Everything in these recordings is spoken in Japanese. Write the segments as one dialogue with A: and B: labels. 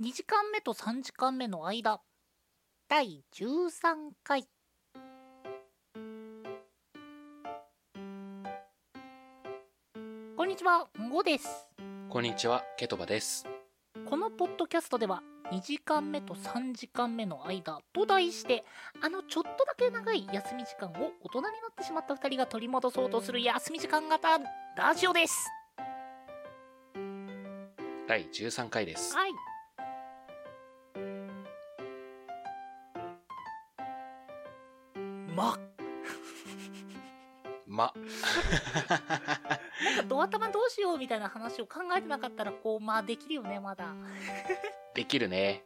A: 2時間目と3時間目の間第13回こんにちはゴです
B: こんにちは、ケトバです。
A: このポッドキャストでは2時間目と3時間目の間と題してあのちょっとだけ長い休み時間を大人になってしまった2人が取り戻そうとする休み時間型ラジオです
B: 第13回です。
A: はいま
B: ま、
A: なんかドア玉どうしようみたいな話を考えてなかったらこうまあできるよねまだ
B: できるね。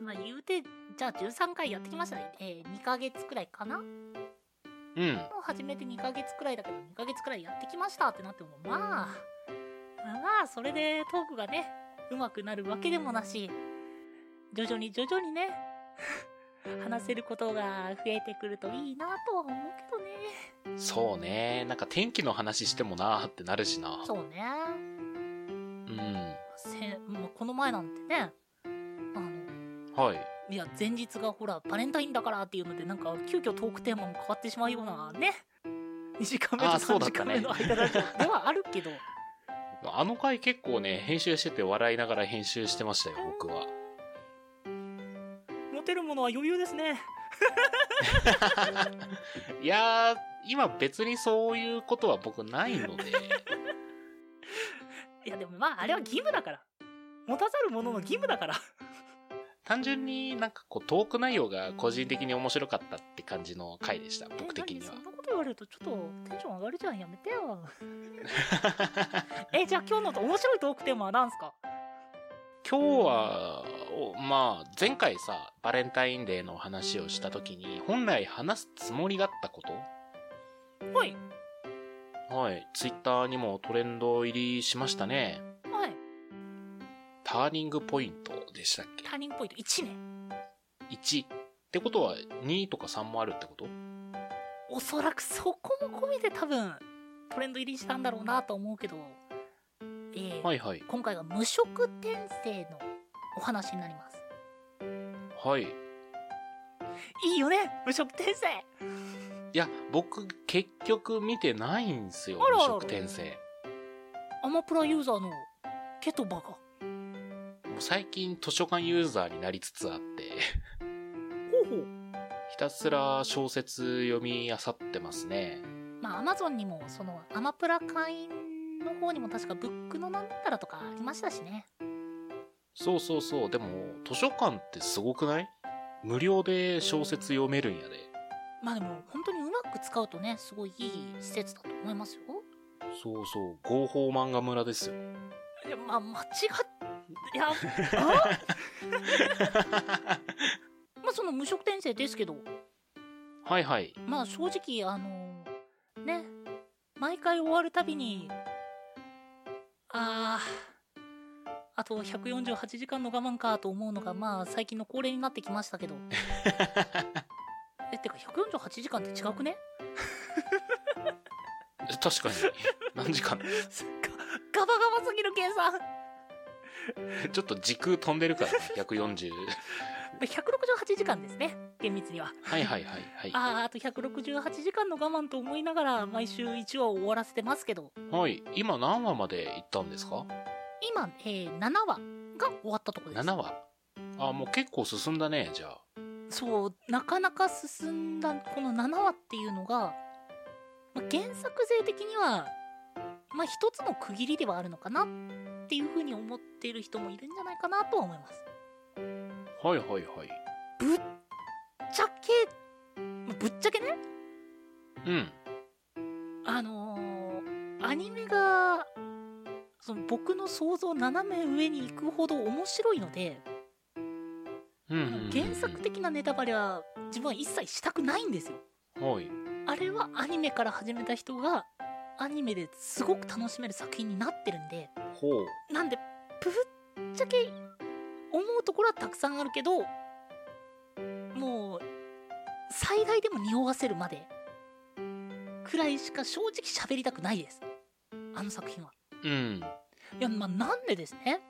A: まあ言うてじゃあ13回やってきましたねえー、2ヶ月くらいかな
B: うん、
A: もう始めて2ヶ月くらいだけど2ヶ月くらいやってきましたってなってもまあまあまあそれでトークがねうまくなるわけでもなし徐々に徐々に ね話せることが増えてくるといいなとは思うけどね
B: そうね。なんか天気の話してもなーってなるしな。
A: そうね
B: うん、
A: せもうこの前なんてねあの
B: はい。
A: いや前日がほらバレンタインだからっていうのでなんか急遽トークテーマも変わってしまうようなね2時間目と
B: あーそう
A: 3
B: だ
A: 時
B: った
A: 間
B: ね
A: 目の間だけではあるけど
B: あの回結構ね、編集してて笑いながら編集してましたよ、僕は。
A: モテるものは余裕ですね
B: いやー、今別にそういうことは僕ないので。
A: いやでもまああれは義務だから持たざるものの義務だから
B: 単純になんかこうトーク内容が個人的に面白かったって感じの回でした、僕的には
A: え何。そんなこと言われるとちょっとテンション上がるじゃんやめてよえじゃあ今日の面白いトークテーマは何すか
B: 今日は、おまあ、前回さ、バレンタインデーの話をした時に、本来話すつもりだったこ
A: はい
B: とはい。ツイッターにもトレンド入りしましたね。
A: はい
B: ターニングポイントでしたっけ
A: 他人ポイント1ね
B: ?1。ってことは、2とか3もあるってこと
A: おそらくそこも込みで多分トレンド入りしたんだろうなと思うけどえー
B: はいはい。
A: 今回は無職転生のお話になります
B: はい。い
A: いいよね無職転生
B: や、僕、結局見てないんすよ
A: あ。らあら
B: 無職転生。
A: アマプラユーザーのケトバがほ
B: もう最近図書館ユーザーになりつつあって、
A: うほう
B: ひたすら小説読み漁ってますね。
A: まあ、アマゾンにも、その、アマプラ会員の方にも確かブックのなんたらとかありましたしね。
B: そうそうそう。でも、図書館ってすごくない無料で小説読めるんやで。
A: まあでも、本当にうまく使うとね、すごいいい施設だと思いますよ。
B: そうそう。合法漫画村ですよ。
A: いや、まあ、間違っ、い や、あ まあ、その無職転生ですけど、
B: はいはい。
A: まあ、正直、あの、ね、毎回終わるたびに、ああ、あと148時間の我慢かと思うのが、まあ、最近の恒例になってきましたけど。え、てか、148時間って違くね
B: 確かに。 何時間
A: ガバガバすぎる計算
B: ちょっと時空飛んでるからね。140。
A: !168 時間ですね、厳密には。
B: はいはいはいは
A: ああ、あと168時間の我慢と思いながら、毎週1話を終わらせてますけど、
B: い。はい。今何話まで行ったんですか
A: 今、えー、7話が終わったとこです。
B: ?7 話。あ、もう結構進んだね、じゃあ。
A: そうなかなか進んだこの7話っていうのが、まあ原作勢的には、まあ、一つの区切りではあるのかなっていうふうに思っている人もいるんじゃないかなとは思います。
B: はいはいはい。
A: ぶっちゃけまあぶっちゃけね
B: うん。
A: あのーアニメがその僕の想像を斜め上に行くほど面白いので、
B: うんうんうんうん。
A: 原作的なネタバレは自分は一切したくないんですよ。
B: はい。
A: あれはアニメから始めた人がアニメですごく楽しめる作品になってるんで
B: ほう。
A: なんでぶっちゃけ思うところはたくさんあるけどもう最大でも匂わせるまでくらいしか正直喋りたくないですあの作品は
B: うん。
A: いやまあなんでですね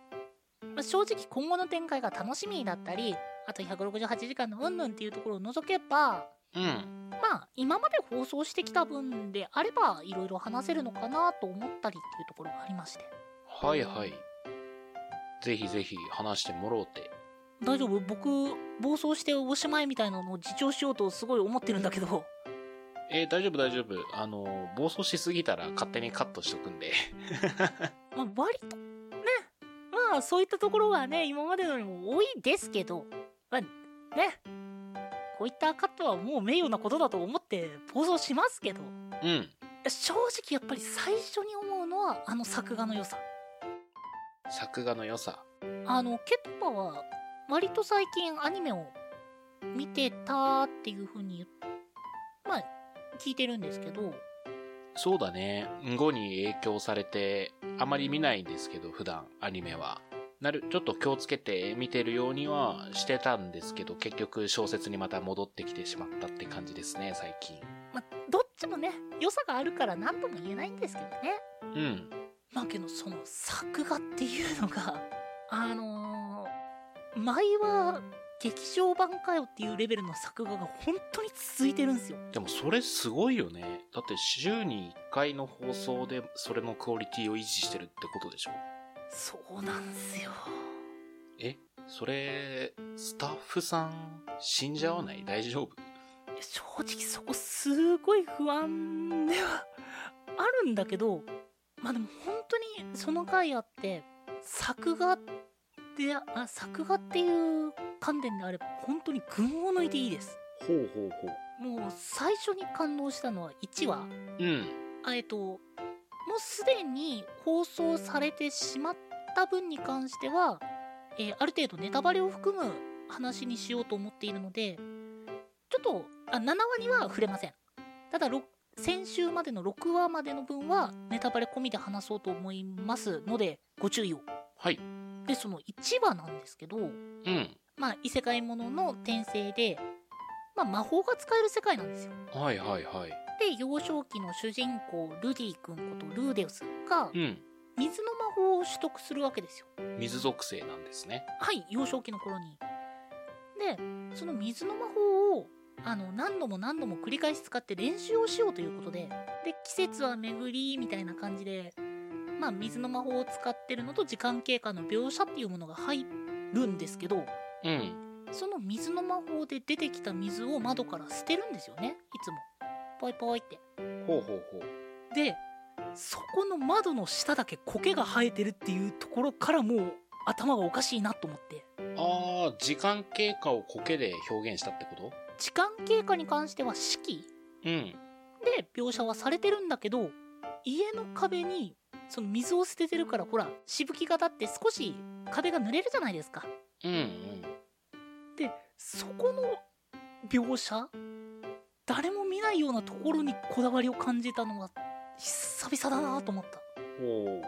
A: まあ正直今後の展開が楽しみだったりあと168時間のうんぬんっていうところを除けば
B: うん。
A: まあ今まで放送してきた分であればいろいろ話せるのかなと思ったりっていうところがありまして
B: はいはい。ぜひぜひ話してもろうって。
A: 大丈夫僕暴走しておしまいみたいなのを自重しようとすごい思ってるんだけど
B: えー大丈夫大丈夫。あの、暴走しすぎたら勝手にカットしとくんで。
A: まあ、割とねまあそういったところはね今までよりも多いですけどまあねこういったカットはもう名誉なことだと思って放送しますけど
B: うん。
A: 正直やっぱり最初に思うのはあの作画の良さ
B: 作画の良さ。
A: あのケトパは割と最近アニメを見てたっていう風に言っまあ聞いてるんですけど
B: そうだね。語に影響されて、あまり見ないんですけど、普段、アニメは。なる、ちょっと気をつけて見てるようにはしてたんですけど、結局小説にまた戻ってきてしまったって感じですね、最近。
A: まあどっちもね良さがあるから何とも言えないんですけどね
B: うん。
A: まあけどその作画っていうのが あのー、前は劇場版かよっていうレベルの作画が本当に続いてるんですよ
B: でもそれすごいよね。だって週に1回の放送でそれのクオリティを維持してるってことでしょ
A: そうなんですよ
B: えそれ、スタッフさん死んじゃわない大丈夫
A: いや正直そこすごい不安ではあるんだけどまあでも本当にその回あって作画であ作画っていう観点であれば本当に群を抜いていいです
B: ほうほうほ
A: もう最初に感動したのは1話
B: う。うん。
A: あえっともうすでに放送されてしまった分に関しては、えーある程度ネタバレを含む話にしようと思っているのでちょっとあ7話には触れませんただろ先週までの6話までの分はネタバレ込みで話そうと思いますのでご注意を
B: はい。
A: でその1話なんですけど
B: うん。
A: まあ異世界ものの転生で、まあ、魔法が使える世界なんですよ
B: はいはいはい。
A: で幼少期の主人公ルディ君ことルーデウスが
B: うん。
A: 水の魔法を取得するわけですよ
B: 水属性なんですね。
A: はい幼少期の頃にでその水の魔法をあの何度も何度も繰り返し使って練習をしようということでで季節は巡りみたいな感じでまあ水の魔法を使ってるのと時間経過の描写っていうものが入るんですけど
B: うん。
A: その水の魔法で出てきた水を窓から捨てるんですよねいつもポイポイって
B: ほうほうほう。
A: でそこの窓の下だけ苔が生えてるっていうところからもう頭がおかしいなと思って
B: あー、時間経過を苔で表現したってこと
A: 時間経過に関しては四季
B: うん。
A: で描写はされてるんだけど家の壁にその水を捨ててるからほらしぶきが立って少し壁が濡れるじゃないですか
B: うんうん。
A: そこの描写誰も見ないようなところにこだわりを感じたのは久々だなと思った
B: ほう。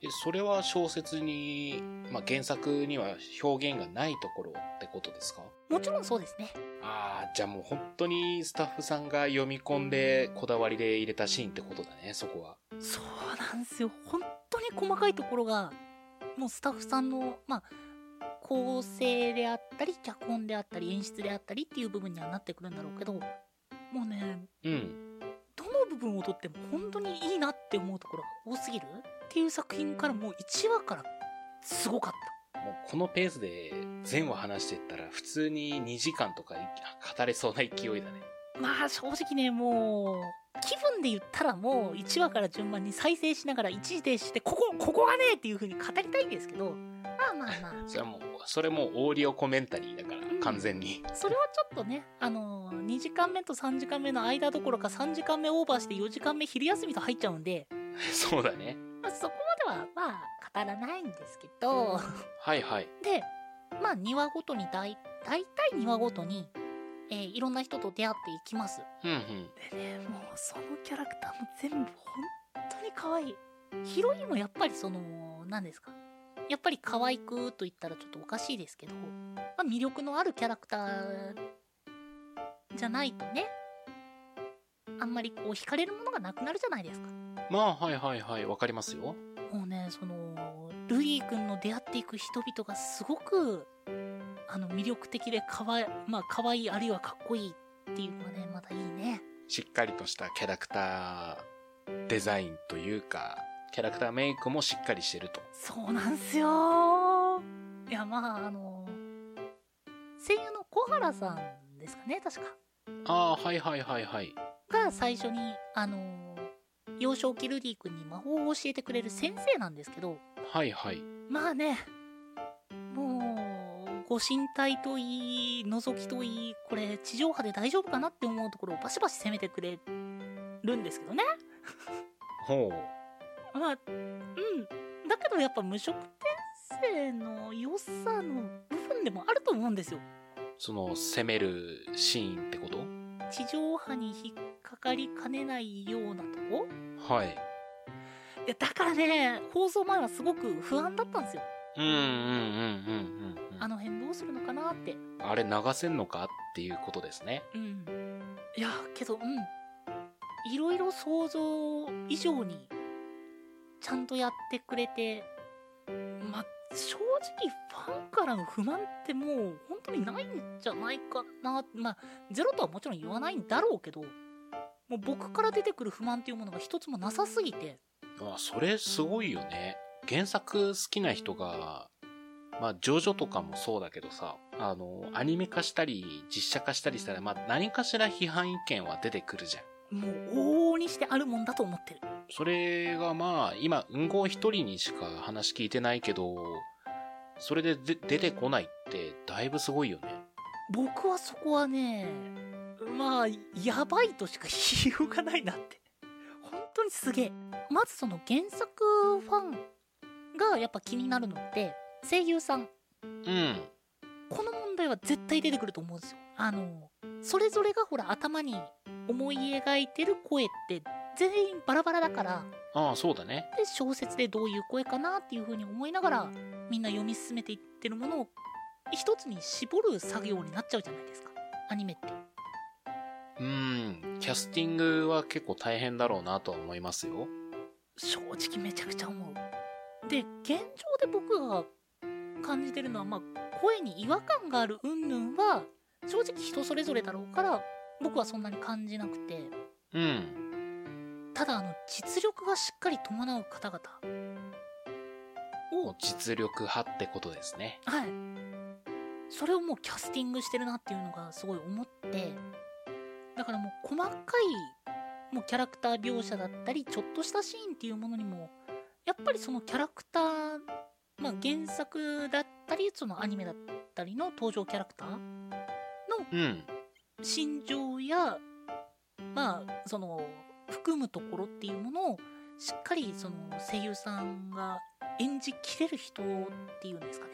B: え、それは小説に、まあ、原作には表現がないところってことですか
A: もちろんそうですね
B: ああ、じゃあもう本当にスタッフさんが読み込んでこだわりで入れたシーンってことだね、そこは。
A: そうなんですよ本当に細かいところがもうスタッフさんのまあ構成であったり脚本であったり演出であったりっていう部分にはなってくるんだろうけどもうね
B: うん。
A: どの部分をとっても本当にいいなって思うところが多すぎるっていう作品からもう1話からすごかった
B: もうこのペースで全話話してったら普通に2時間とか語れそうな勢いだね。
A: まあ正直ねもう気分で言ったらもう1話から順番に再生しながら一時停止してここここがねっていう風に語りたいんですけどまあまあまあ
B: それはもう、それもうオーディオコメンタリーだから
A: うん、
B: 完全に。
A: それはちょっとね、あのー、2時間目と3時間目の間どころか3時間目オーバーして4時間目昼休みと入っちゃうんで、
B: そうだね。
A: まあ、そこまではまあ語らないんですけど、
B: はいはい。
A: で、まあ2話ごとに大、大体2話ごとに、えーいろんな人と出会っていきます。
B: うんうん。
A: でね、もうそのキャラクターも全部本当に可愛い。ヒロインもやっぱりその、何ですか。やっぱり可愛くと言ったらちょっとおかしいですけど、まあ、魅力のあるキャラクターじゃないとね、あんまりこう惹かれるものがなくなるじゃないですか。
B: まあ、はいはいはい、わかりますよ。
A: もうねそのルイー君の出会っていく人々がすごくあの魅力的でかわい、まあ、可愛いあるいはかっこいいっていうのがねまたいいね
B: しっかりとしたキャラクターデザインというか、キャラクターメイクもしっかりしてると。
A: そうなんすよいやまああの声優の小原さんですかね確か
B: ああ、はいはいはいはい。
A: が最初にあの幼少期ルディ君に魔法を教えてくれる先生なんですけど
B: はいはい。
A: まあねもうご神体といい覗きといいこれ地上波で大丈夫かなって思うところをバシバシ攻めてくれるんですけどね
B: ほ
A: まあうんだけどやっぱ無職転生の良さの部分でもあると思うんですよ
B: う。その、攻めるシーンってこと
A: 地上波に引っかかりかねないようなとこ
B: は
A: い
B: い。
A: やだからね放送前はすごく不安だったんですよ
B: うんうんうんうんうんうん。
A: あの辺どうするのかなって
B: あれ流せんのかっていうことですね。
A: うんいやけどうんいろいろ想像以上にちゃんとやってくれてまあ正直ファンからの不満ってもう本当にないんじゃないかなまあゼロとはもちろん言わないんだろうけどもう僕から出てくる不満っていうものが一つもなさすぎて
B: あ、それすごいよね。原作好きな人が、まあ、ジョジョとかもそうだけどさ、あの、アニメ化したり、実写化したりしたら、まあ、何かしら批判意見は出てくるじゃん。
A: もう往々にしてあるもんだと思ってる
B: それがまあ、今、うんご一人にしか話聞いてないけど、それでで出てこないって、だいぶすごいよね。
A: 僕はそこはねまあやばいとしか言いようがないなって本当にすげえまずその原作ファンがやっぱ気になるのって声優さん
B: うん。
A: この問題は絶対出てくると思うんですよあのそれぞれがほら頭に思い描いてる声って全員バラバラだから
B: ああ、そうだね。
A: で小説でどういう声かなっていう風に思いながらみんな読み進めていってるものを一つに絞る作業になっちゃうじゃないですかアニメって
B: うん。キャスティングは結構大変だろうなとは思いますよ。
A: 正直めちゃくちゃ思うで現状で僕が感じてるのは、まあ、声に違和感がある云々は正直人それぞれだろうから僕はそんなに感じなくて
B: うん。
A: ただあの実力がしっかり伴う方々
B: もう実力派ってことですね。
A: はいそれをもうキャスティングしてるなっていうのがすごい思ってだからもう細かいもうキャラクター描写だったりちょっとしたシーンっていうものにもやっぱりそのキャラクター、まあ、原作だったりそのアニメだったりの登場キャラクター
B: うん。
A: 心情やまあその含むところっていうものをしっかりその声優さんが演じきれる人っていうんですかね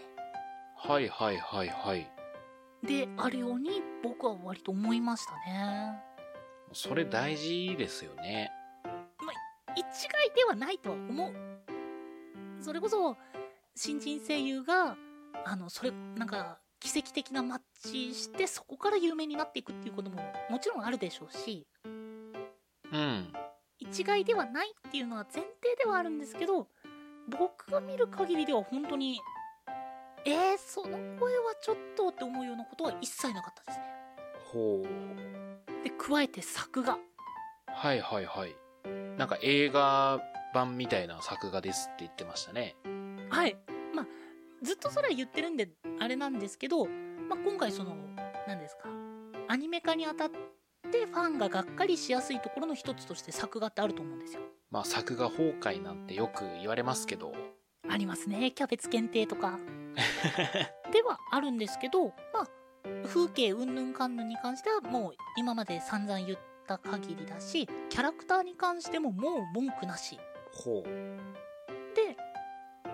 B: はいはいはいはい。
A: であるように僕は割と思いましたね
B: それ大事ですよね。
A: 一概ではないとは思うそれこそ新人声優があのそれなんか奇跡的なマッチしてそこから有名になっていくっていうことももちろんあるでしょうし
B: うん。
A: 一概ではないっていうのは前提ではあるんですけど僕が見る限りでは本当にえー、その声はちょっとって思うようなことは一切なかったですね
B: ほう。
A: で加えて作画
B: はいはいはい。なんか映画版みたいな作画ですって言ってましたね。
A: はいまあずっとそれは言ってるんであれなんですけど、まあ、今回その何ですかアニメ化にあたってファンががっかりしやすいところの一つとして作画ってあると思うんですよ
B: まあ作画崩壊なんてよく言われますけど。
A: ありますねキャベツ検定と かではあるんですけどまあ風景うんぬんかんぬんに関してはもう今まで散々言った限りだしキャラクターに関してももう文句なし
B: ほう。
A: で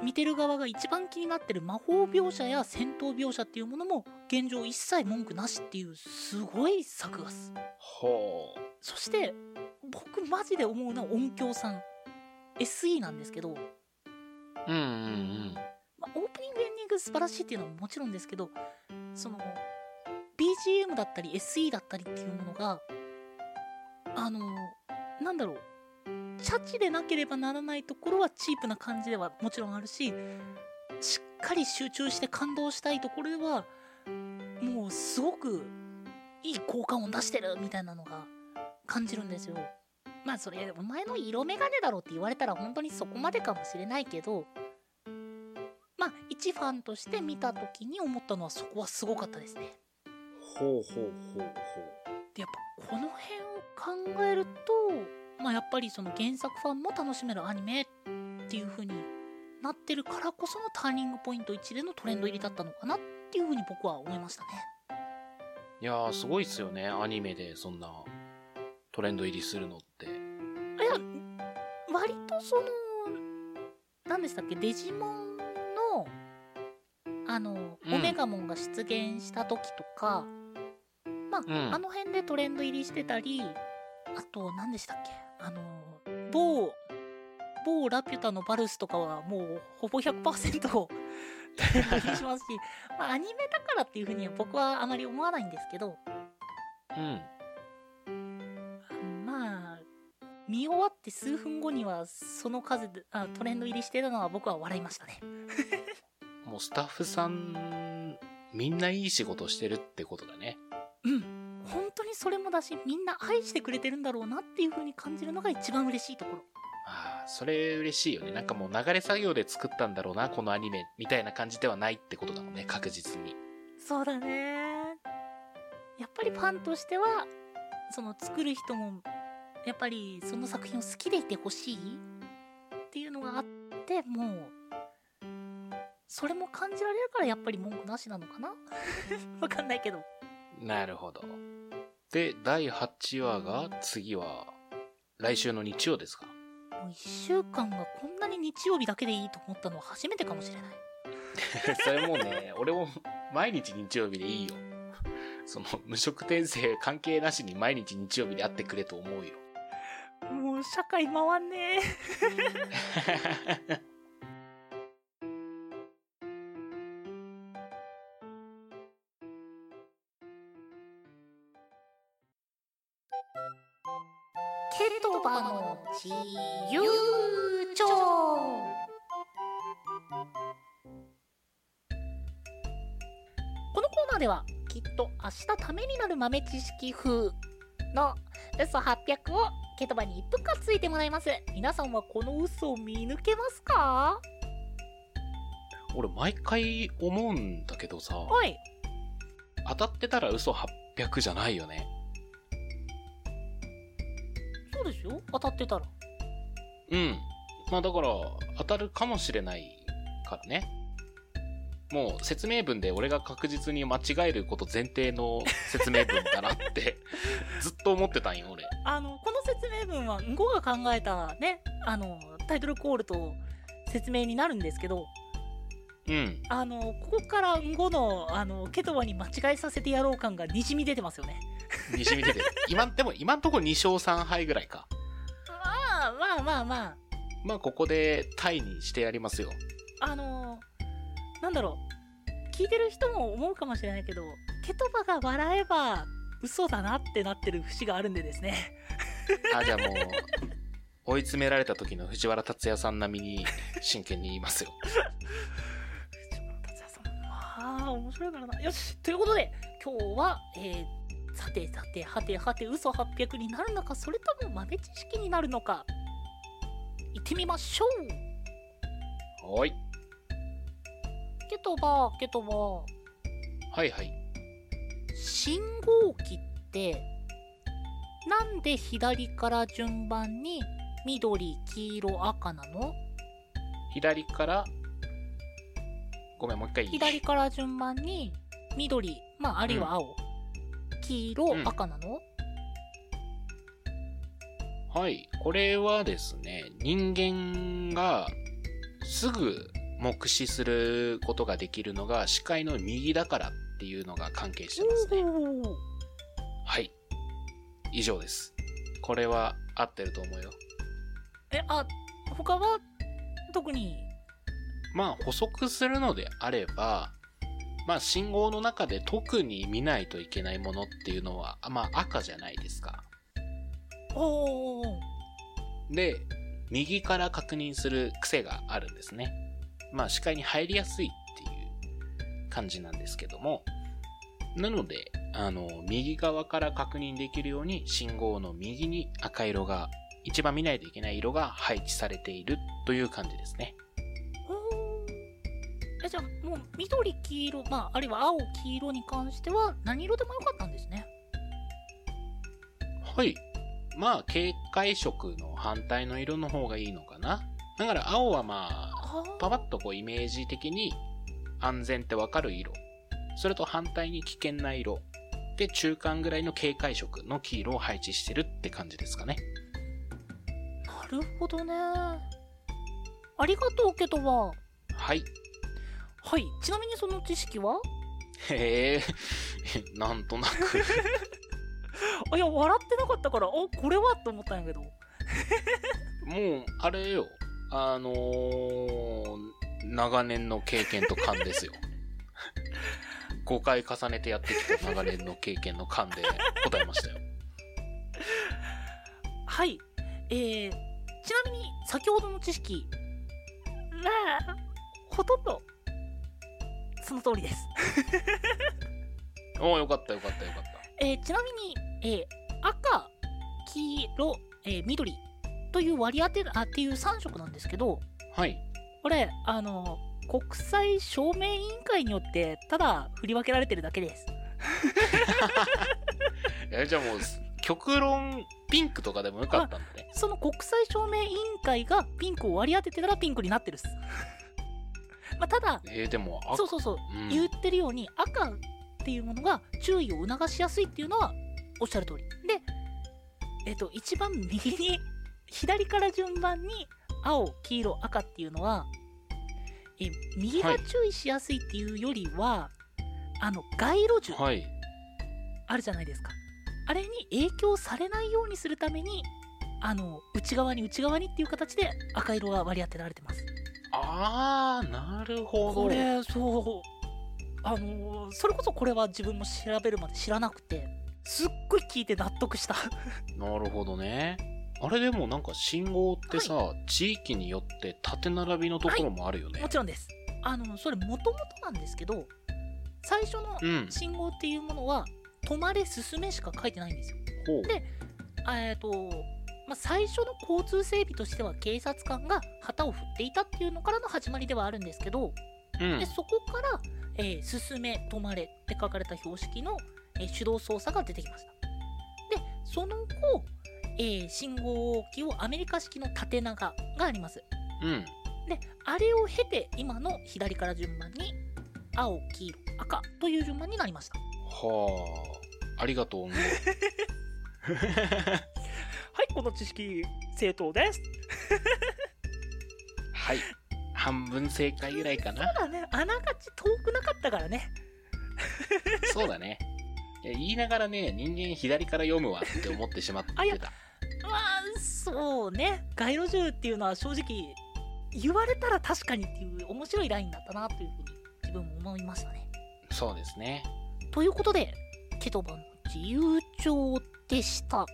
A: 見てる側が一番気になってる魔法描写や戦闘描写っていうものも現状一切文句なしっていうすごい作画っす
B: ほ
A: そして僕マジで思うのは音響さん SE なんですけど、
B: う。うんうん
A: まあ、オープニングエンディング素晴らしいっていうのはもちろんですけどその BGM だったり SE だったりっていうものがあのなんだろうチャチでなければならないところはチープな感じではもちろんあるししっかり集中して感動したいところではもうすごくいい効果音出してるみたいなのが感じるんですよまあそれお前の色眼鏡だろって言われたら本当にそこまでかもしれないけどまあ一ファンとして見た時に思ったのはそこはすごかったですね
B: ほうほうほうほう
A: でやっぱこの辺を考えると、まあ、やっぱりその原作ファンも楽しめるアニメっていう風になってるからこそのターニングポイント1でのトレンド入りだったのかなっていう風に僕は思いましたね
B: いやーすごいっすよねアニメでそんなトレンド入りするのって
A: いや割とその何でしたっけデジモンのあの、
B: うん
A: オメガモンが出現した時とかまあ、
B: うん
A: あの辺でトレンド入りしてたりあと何でしたっけあの某某ラピュタのバルスとかはもうほぼ100%ト レンド入りしますし、まあ、アニメだからっていうふうには僕はあまり思わないんですけど
B: うん
A: まあ見終わって数分後にはその数であトレンド入りしてたのは僕は笑いましたね
B: もうスタッフさんみんないい仕事してるってことだね
A: うん本当にそれもだしみんな愛してくれてるんだろうなっていう風に感じるのが一番嬉しいところ
B: ああそれ嬉しいよねなんかもう流れ作業で作ったんだろうなこのアニメみたいな感じではないってことだもんね確実に
A: そうだねやっぱりファンとしてはその作る人もやっぱりその作品を好きでいてほしいっていうのがあってもうそれも感じられるからやっぱり文句なしなのかな わかんないけど
B: なるほどで第8話が次は来週の日曜ですか
A: もう1週間がこんなに日曜日だけでいいと思ったのは初めてかもしれない
B: それもうね、俺も毎日日曜日でいいよ。その、無職転生関係なしに毎日日曜日で会ってくれと思うよ。
A: もう社会回んねえケトバの自由帳このコーナーではきっと明日ためになる豆知識風の嘘800をケトバに1分間ついてもらいます皆さんはこの嘘を見抜けますか
B: 俺毎回思うんだけどさ、
A: はい
B: 当たってたら嘘800じゃないよね。
A: そうですよ当たってたら
B: うん。まあだから、当たるかもしれないからね。もう説明文で俺が確実に間違えること前提の説明文だなってずっと思ってたんよ俺。
A: あのこの説明文はゴが考えたねあのタイトルコールと説明になるんですけど
B: うん。
A: あのここからゴのあのケトバに間違えさせてやろう感がにじみ出てますよね
B: 西見てて。今、でも今んとこ2勝3敗ぐらいか。
A: まあまあまあまあ
B: まあここでタイにしてやり ますよ。
A: あのーなんだろう聞いてる人も思うかもしれないけどケトバが笑えば嘘だなってなってる節があるんでですね
B: あ、じゃあもう、追い詰められた時の藤原竜也さん並みに真剣に言いますよ。
A: ああ面白いからなよしということで今日は、えーさてさてはてはて嘘800になるのかそれとも豆知識になるのか行ってみましょう
B: はーい。
A: ケトバケトバ
B: はいはい。
A: 信号機ってなんで左から順番に緑黄色赤なの
B: 左から、ごめん、もう一回いい
A: 左から順番に緑まああるいは青、黄色、
B: うん
A: 赤なの
B: はい。これはですね、人間がすぐ目視することができるのが視界の右だからっていうのが関係してますね。
A: おー
B: はい。以上です。これは合ってると思うよ。
A: えあ他は特に
B: まあ補足するのであれば、まあ信号の中で特に見ないといけないものっていうのは、あまあ赤じゃないですか。
A: おーおーおー
B: で、右から確認する癖があるんですね。まあ視界に入りやすいっていう感じなんですけども、なので、あの、右側から確認できるように信号の右に赤色が、一番見ないといけない色が配置されているという感じですね。
A: ほうえじゃあもう緑黄色まああるいは青黄色に関しては何色でもよかったんですね
B: はい。まあ、警戒色の反対の色の方がいいのかな。だから青はまあ、
A: あ
B: パパッとこうイメージ的に安全ってわかる色。それと反対に危険な色。で、中間ぐらいの警戒色の黄色を配置してるって感じですかね。
A: なるほどねありがとうけどは
B: はい。
A: はいちなみにその知識は
B: へえ、 なんとなく。
A: あいや笑ってなかったからあこれはと思ったんやけど
B: もう、あれよ。あのー長年の経験と勘ですよ。5回重ねてやってきた長年の経験の勘で答えましたよ。
A: はいえー、ちなみに先ほどの知識まあほとんどその通りです
B: おお、よかったよかったよかった。
A: えーちなみに、えー赤黄色、えー緑という割り当てあっていう3色なんですけど
B: はい。
A: これあの国際証明委員会によってただ振り分けられてるだけです
B: えじゃあもう、極論、ピンクとかでもよかったんだね。
A: その国際証明委員会がピンクを割り当ててたらピンクになってるっす、まあ、ただ
B: えーでも、あ
A: そうそうそう
B: うん
A: 言ってるように赤っていうものが注意を促しやすいっていうのはおっしゃる通りで、えっと一番右に左から順番に青黄色赤っていうのはえ右
B: は
A: が
B: い
A: 注意しやすいっていうよりは、あの街路樹
B: はい。
A: あるじゃないですかあれに影響されないようにするためにあの内側に内側にっていう形で赤色が割り当てられてます
B: あー、なるほど。
A: これそうあのーそれこそこれは自分も調べるまで知らなくてすっごい聞いて納得した
B: なるほどね。あれでもなんか信号ってさ、地域によって縦並びのところもあるよね。
A: もちろんですあのーそれもともとなんですけど最初の
B: うん。
A: 信号っていうものは「止まれ進め」しか書いてないんですよ
B: ほう。
A: であえっとまあ、最初の交通整備としては警察官が旗を振っていたっていうのからの始まりではあるんですけど、
B: うん
A: で。そこから「えー進め止まれ」って書かれた標識の、えー手動操作が出てきましたでその後、えー信号機をアメリカ式の縦長があります
B: うん。
A: であれを経て今の左から順番に青黄色赤という順番になりました
B: はあ。ありがとう、 音楽
A: はいこの知識正当です
B: はい。半分正解ぐらい
A: た
B: かな。
A: だねあながち遠くなかったからね
B: そうだね。いや言いながらね、人間左から読むわって思ってしまって
A: あいや
B: た。
A: まあそうね街路樹っていうのは正直言われたら確かにっていう面白いラインだったなというふうに自分も思いましたね。
B: そうですね。
A: ということでケトバの自由帳でした。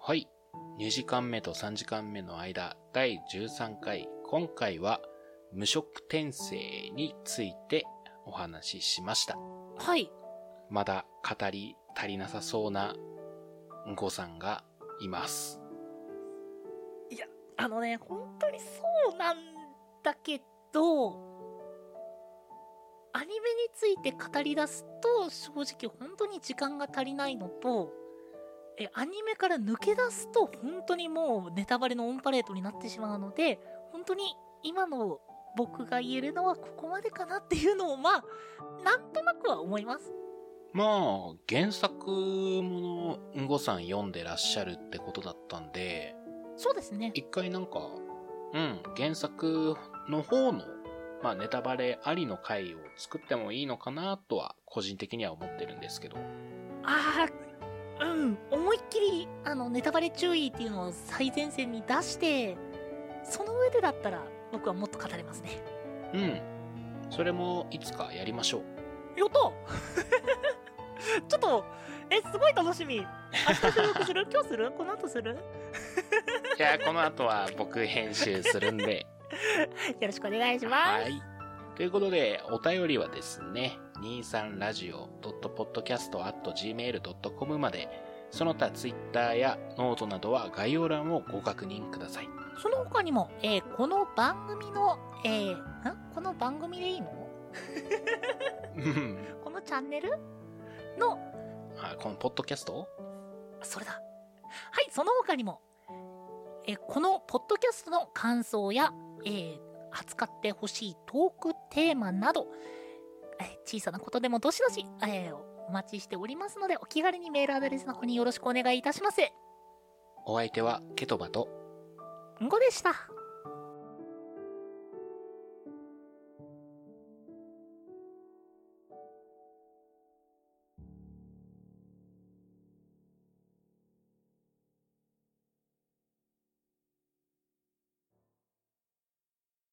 B: はい。2時間目と3時間目の間、第13回、今回は無職転生についてお話ししました。
A: はい
B: まだ語り足りなさそうなうんこさんがいます。
A: あのね本当にそうなんだけどアニメについて語り出すと正直本当に時間が足りないのとえアニメから抜け出すと本当にもうネタバレのオンパレードになってしまうので本当に今の僕が言えるのはここまでかなっていうのをまあなんとなくは思います。
B: まあ、原作ものうんこさん読んでらっしゃるってことだったんで、
A: そうですね。
B: 一回なんか、うん、原作の方のまあネタバレありの回を作ってもいいのかなとは個人的には思ってるんですけど。
A: ああ、うん、思いっきり、あの、ネタバレ注意っていうのを最前線に出して、その上でだったら、僕はもっと語れますね。
B: うん。それもいつかやりましょう。
A: やった ちょっと、え、すごい楽しみ。明日収録 する今日するこの後する
B: いや、この後は僕編集するんで。
A: よろしくお願いします。
B: はい。ということで、お便りはですね、23radio.podcast.gmail.com まで、その他ツイッターやノートなどは概要欄をご確認ください。
A: その他にも、えーこの番組の、えーんこの番組でいいの
B: うん
A: このチャンネルの、
B: あ、このポッドキャスト
A: あそれだ。はい、その他にも、えーこのポッドキャストの感想や、えー扱ってほしいトークテーマなど、えー小さなことでもどしどし、えーお待ちしておりますので、お気軽にメールアドレスの方によろしくお願いいたします。
B: お相手はケトバと
A: んごでした。